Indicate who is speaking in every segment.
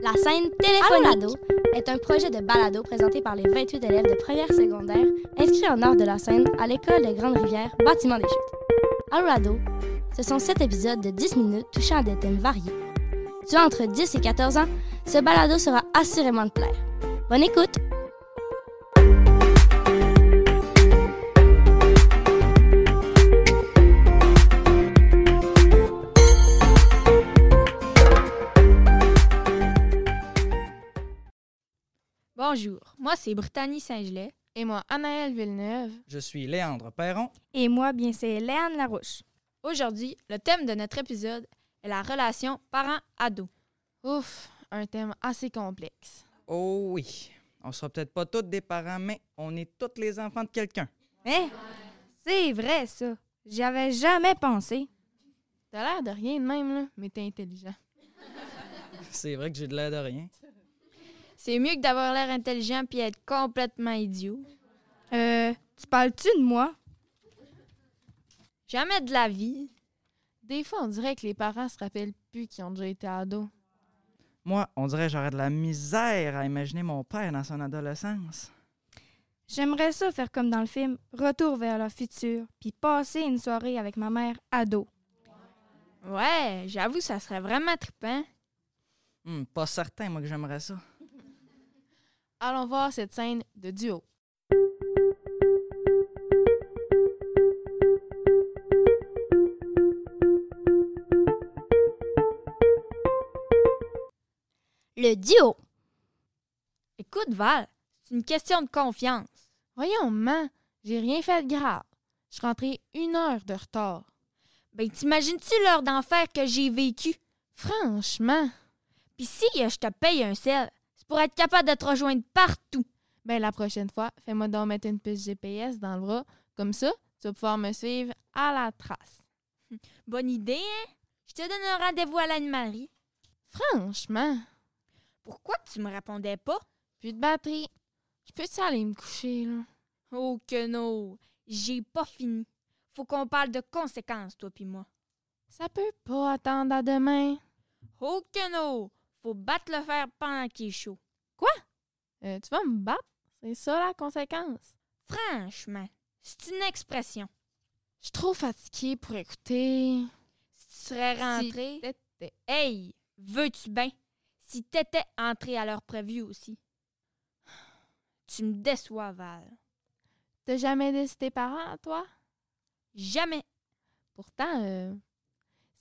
Speaker 1: La scène Téléphonado est un projet de balado présenté par les 28 élèves de première secondaire inscrits en nord de la Seine à l'école de Grande-Rivière, bâtiment des chutes. Alorado, ce sont 7 épisodes de 10 minutes touchant à des thèmes variés. Tu as entre 10 et 14 ans, ce balado sera assurément de plaire. Bonne écoute!
Speaker 2: Bonjour, moi c'est Brittany Saint-Gelais.
Speaker 3: Et moi, Anaëlle Villeneuve.
Speaker 4: Je suis Léandre Perron.
Speaker 5: Et moi, bien, c'est Léane Larouche.
Speaker 2: Aujourd'hui, le thème de notre épisode est la relation parent-ado.
Speaker 3: Ouf, un thème assez complexe.
Speaker 4: Oh oui, on sera peut-être pas tous des parents, mais on est tous les enfants de quelqu'un.
Speaker 5: Mais c'est vrai, ça. J'y avais jamais pensé.
Speaker 3: T'as l'air de rien de même, là, mais t'es intelligent.
Speaker 4: C'est vrai que j'ai de l'air de rien.
Speaker 2: C'est mieux que d'avoir l'air intelligent puis être complètement idiot.
Speaker 5: Euh, tu parles-tu de moi?
Speaker 2: Jamais de la vie.
Speaker 3: Des fois, on dirait que les parents se rappellent plus qu'ils ont déjà été ados.
Speaker 4: Moi, on dirait que j'aurais de la misère à imaginer mon père dans son adolescence.
Speaker 5: J'aimerais ça faire comme dans le film Retour vers le futur, puis passer une soirée avec ma mère ado.
Speaker 2: Ouais, j'avoue, ça serait vraiment trippant.
Speaker 4: Hmm, pas certain, moi, que j'aimerais ça.
Speaker 3: Allons voir cette scène de duo.
Speaker 1: Le duo!
Speaker 2: Écoute, Val, c'est une question de confiance.
Speaker 3: Voyons, man, j'ai rien fait de grave. Je suis rentrée une heure de retard.
Speaker 2: Ben, t'imagines-tu l'heure d'enfer que j'ai vécu?
Speaker 3: Franchement,
Speaker 2: Puis si euh, je te paye un sel, c'est pour être capable de te rejoindre partout.
Speaker 3: ben la prochaine fois, fais-moi donc mettre une puce GPS dans le bras. Comme ça, tu vas pouvoir me suivre à la trace.
Speaker 2: Bonne idée, hein? Je te donne un rendez-vous à l'anne-marie.
Speaker 3: Franchement,
Speaker 2: Pourquoi tu me répondais pas?
Speaker 3: plus de batterie. Je peux-tu aller me coucher, là?
Speaker 2: Oh que non! J'ai pas fini. Faut qu'on parle de conséquences, toi puis moi.
Speaker 3: Ça peut pas attendre à demain.
Speaker 2: Oh que non! Faut battre le fer pendant qu'il est chaud.
Speaker 3: Euh, tu vas me battre? C'est ça la conséquence.
Speaker 2: Franchement, c'est une expression.
Speaker 3: Je suis trop fatiguée pour écouter.
Speaker 2: Si tu serais rentré.
Speaker 3: C'était-
Speaker 2: Hey! Veux-tu bien? Si t'étais entré à l'heure prévue aussi. Tu me déçois, Val.
Speaker 3: T'as jamais laissé tes parents, toi?
Speaker 2: Jamais.
Speaker 3: Pourtant, euh,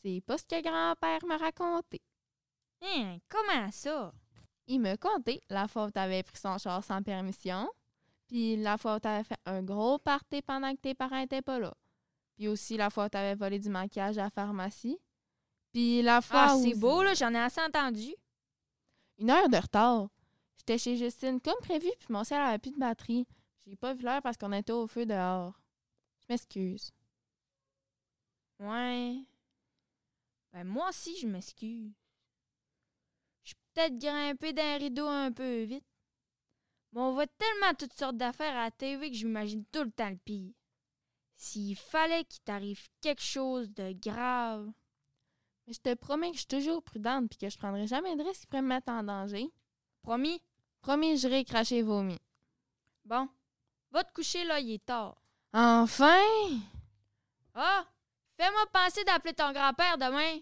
Speaker 3: c'est pas ce que grand-père m'a raconté.
Speaker 2: Hein, comment ça?
Speaker 3: Il me contait la fois où t'avais pris son char sans permission, puis la fois où t'avais fait un gros party pendant que tes parents étaient pas là, puis aussi la fois où t'avais volé du maquillage à la pharmacie, puis la fois
Speaker 2: Ah,
Speaker 3: où...
Speaker 2: c'est beau, là, j'en ai assez entendu.
Speaker 3: Une heure de retard. J'étais chez Justine comme prévu, puis mon ciel avait plus de batterie. J'ai pas vu l'heure parce qu'on était au feu dehors. Je m'excuse.
Speaker 2: Ouais. Ben, moi aussi, je m'excuse. Je suis peut-être grimpé d'un rideau un peu vite. Mais on voit tellement toutes sortes d'affaires à la TV que j'imagine tout le temps le pire. S'il fallait qu'il t'arrive quelque chose de grave.
Speaker 3: Mais je te promets que je suis toujours prudente puis que je prendrai jamais de risque qui pourrait me mettre en danger.
Speaker 2: Promis?
Speaker 3: Promis, j'irai cracher vomi.
Speaker 2: Bon. Va te coucher là, il est tard.
Speaker 3: Enfin!
Speaker 2: Ah! Fais-moi penser d'appeler ton grand-père demain.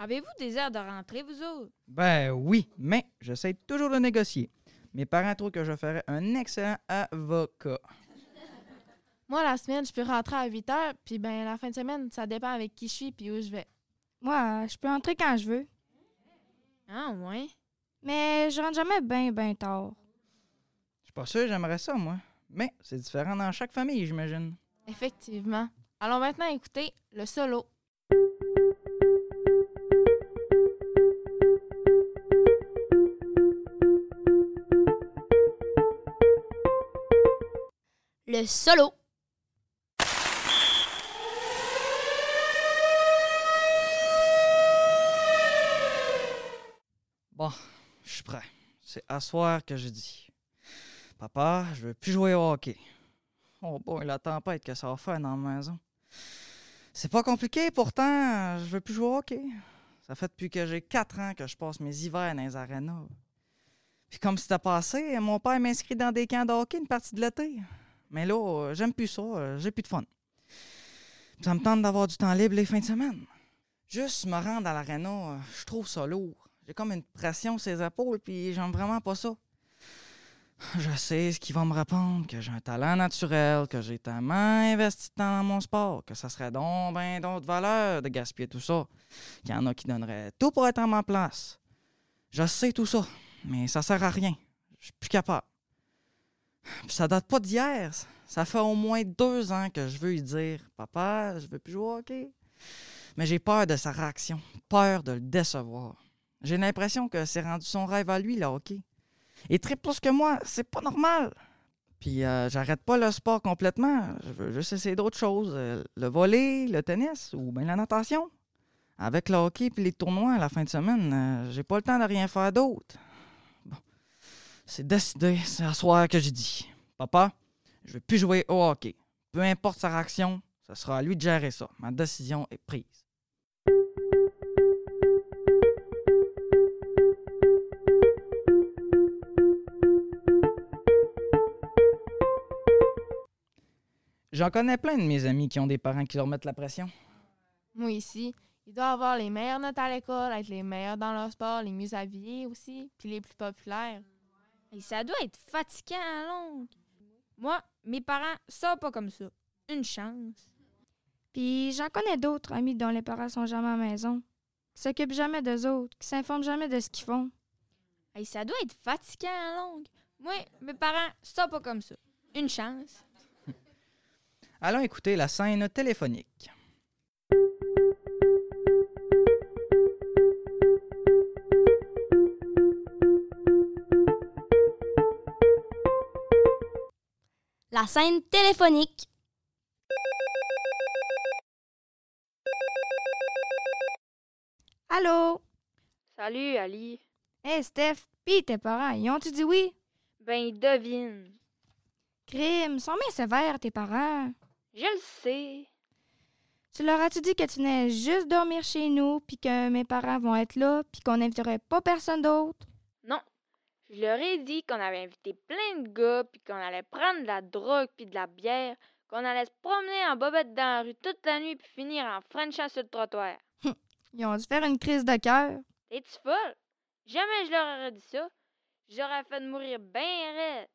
Speaker 2: Avez-vous des heures de rentrée, vous autres?
Speaker 4: Ben oui, mais j'essaie toujours de négocier. Mes parents trouvent que je ferais un excellent avocat.
Speaker 3: Moi, la semaine, je peux rentrer à 8 heures, puis ben la fin de semaine, ça dépend avec qui je suis puis où je vais.
Speaker 5: Moi, je peux entrer quand je veux,
Speaker 2: Ah, ouais.
Speaker 5: mais je rentre jamais bien, bien tard.
Speaker 4: Je suis pas sûr que j'aimerais ça, moi. Mais c'est différent dans chaque famille, j'imagine.
Speaker 3: Effectivement. Allons maintenant écouter le solo.
Speaker 1: Le solo!
Speaker 4: Bon, je suis prêt. C'est à soir que je dis. Papa, je veux plus jouer au hockey. Oh bon, la tempête que ça va faire dans la maison. C'est pas compliqué, pourtant, je veux plus jouer au hockey. Ça fait depuis que j'ai quatre ans que je passe mes hivers dans les arénas. Puis comme c'était passé, mon père m'inscrit dans des camps de hockey une partie de l'été. Mais là, euh, j'aime plus ça, euh, j'ai plus de fun. Puis ça me tente d'avoir du temps libre les fins de semaine. Juste me rendre à l'aréna, euh, je trouve ça lourd. J'ai comme une pression sur les épaules, puis j'aime vraiment pas ça. Je sais ce qu'ils vont me répondre, que j'ai un talent naturel, que j'ai tellement investi de temps dans mon sport, que ça serait donc bien d'autres valeurs de gaspiller tout ça, qu'il y en a qui donneraient tout pour être à ma place. Je sais tout ça, mais ça sert à rien. Je suis plus capable. Puis ça date pas d'hier. Ça fait au moins deux ans que je veux lui dire Papa, je veux plus jouer au hockey. Mais j'ai peur de sa réaction, peur de le décevoir. J'ai l'impression que c'est rendu son rêve à lui, le hockey. Et très plus que moi, c'est pas normal. Puis euh, j'arrête pas le sport complètement. Je veux juste essayer d'autres choses. euh, le volley, le tennis ou bien la natation. Avec le hockey puis les tournois à la fin de semaine, euh, j'ai pas le temps de rien faire d'autre. Bon. C'est décidé, c'est à soir que j'ai dit. Papa, je veux plus jouer au hockey. Peu importe sa réaction, ce sera à lui de gérer ça. Ma décision est prise. J'en connais plein de mes amis qui ont des parents qui leur mettent la pression.
Speaker 3: Moi ici, il doit avoir les meilleures notes à l'école, être les meilleurs dans leur sport, les mieux habillés aussi, puis les plus populaires.
Speaker 2: Et ça doit être fatigant à longue. Moi, mes parents, ça pas comme ça. Une chance.
Speaker 5: Puis j'en connais d'autres amis dont les parents sont jamais à la maison, qui s'occupent jamais d'eux autres, qui s'informent jamais de ce qu'ils font.
Speaker 2: Et ça doit être fatigant à longue. Moi, mes parents, ça pas comme ça. Une chance.
Speaker 4: Allons écouter la scène téléphonique.
Speaker 1: La scène téléphonique.
Speaker 5: Allô?
Speaker 2: Salut, Ali.
Speaker 5: Hé, Steph, pis tes parents, ils ont-tu dit oui?
Speaker 2: Ben, devine.
Speaker 5: Crime, sont bien sévères, tes parents.
Speaker 2: Je le sais.
Speaker 5: Tu leur as-tu dit que tu venais juste dormir chez nous, puis que mes parents vont être là, puis qu'on n'inviterait pas personne d'autre?
Speaker 2: Non. Je leur ai dit qu'on avait invité plein de gars, puis qu'on allait prendre de la drogue, puis de la bière, qu'on allait se promener en bobette dans la rue toute la nuit, puis finir en frenchant sur le trottoir.
Speaker 5: Hum, Ils ont dû faire une crise de cœur.
Speaker 2: T'es-tu folle? Jamais je leur aurais dit ça. J'aurais fait de mourir bien raide.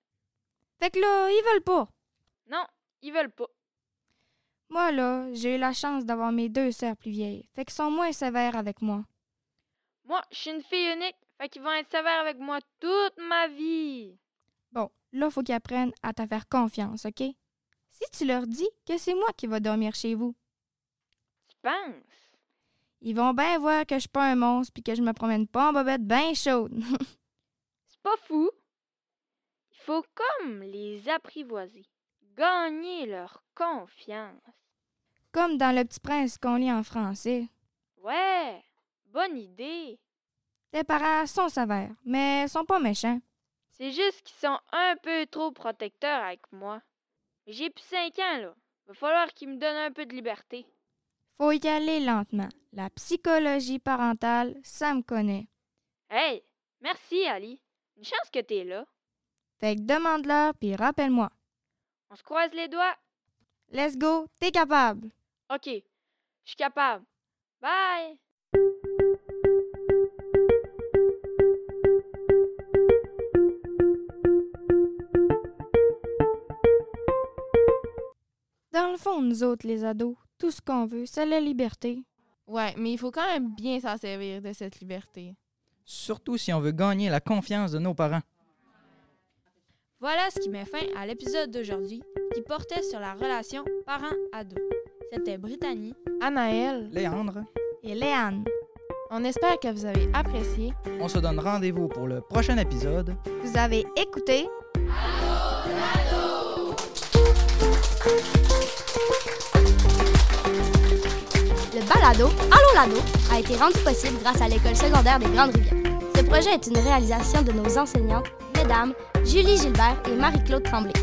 Speaker 5: Fait que là, ils veulent pas.
Speaker 2: Non, ils veulent pas.
Speaker 5: Moi, là, j'ai eu la chance d'avoir mes deux sœurs plus vieilles, fait qu'ils sont moins sévères avec moi.
Speaker 2: Moi, je suis une fille unique, fait qu'ils vont être sévères avec moi toute ma vie.
Speaker 5: Bon, là, faut qu'ils apprennent à te faire confiance, OK? Si tu leur dis que c'est moi qui vais dormir chez vous,
Speaker 2: Tu penses?
Speaker 5: ils vont bien voir que je suis pas un monstre puis que je me promène pas en bobette bien chaude.
Speaker 2: C'est pas fou. Il faut comme les apprivoiser, gagner leur confiance.
Speaker 5: Comme dans Le Petit Prince qu'on lit en français.
Speaker 2: Ouais, bonne idée.
Speaker 5: Tes parents sont sévères, mais sont pas méchants.
Speaker 2: C'est juste qu'ils sont un peu trop protecteurs avec moi. J'ai plus cinq ans, là. Va falloir qu'ils me donnent un peu de liberté.
Speaker 5: Faut y aller lentement. La psychologie parentale, ça me connaît.
Speaker 2: Hey, merci, Ali. Une chance que t'es là.
Speaker 5: Fait que demande-leur puis rappelle-moi.
Speaker 2: On se croise les doigts.
Speaker 5: Let's go, t'es capable.
Speaker 2: OK, je suis capable. Bye!
Speaker 5: Dans le fond, nous autres, les ados, tout ce qu'on veut, c'est la liberté.
Speaker 3: Ouais, mais il faut quand même bien s'en servir de cette liberté.
Speaker 4: Surtout si on veut gagner la confiance de nos parents.
Speaker 2: Voilà ce qui met fin à l'épisode d'aujourd'hui qui portait sur la relation parent-ado. C'était Brittany.
Speaker 3: Anaël,
Speaker 4: Léandre,
Speaker 5: Et Léane,
Speaker 3: on espère que vous avez apprécié.
Speaker 4: on se donne rendez-vous pour le prochain épisode.
Speaker 5: vous avez écouté
Speaker 1: Le balado Allons l'ado a été rendu possible grâce à l'école secondaire des Grandes Rivières. Ce projet est une réalisation de nos enseignantes mesdames Julie Gilbert et Marie-Claude Tremblay.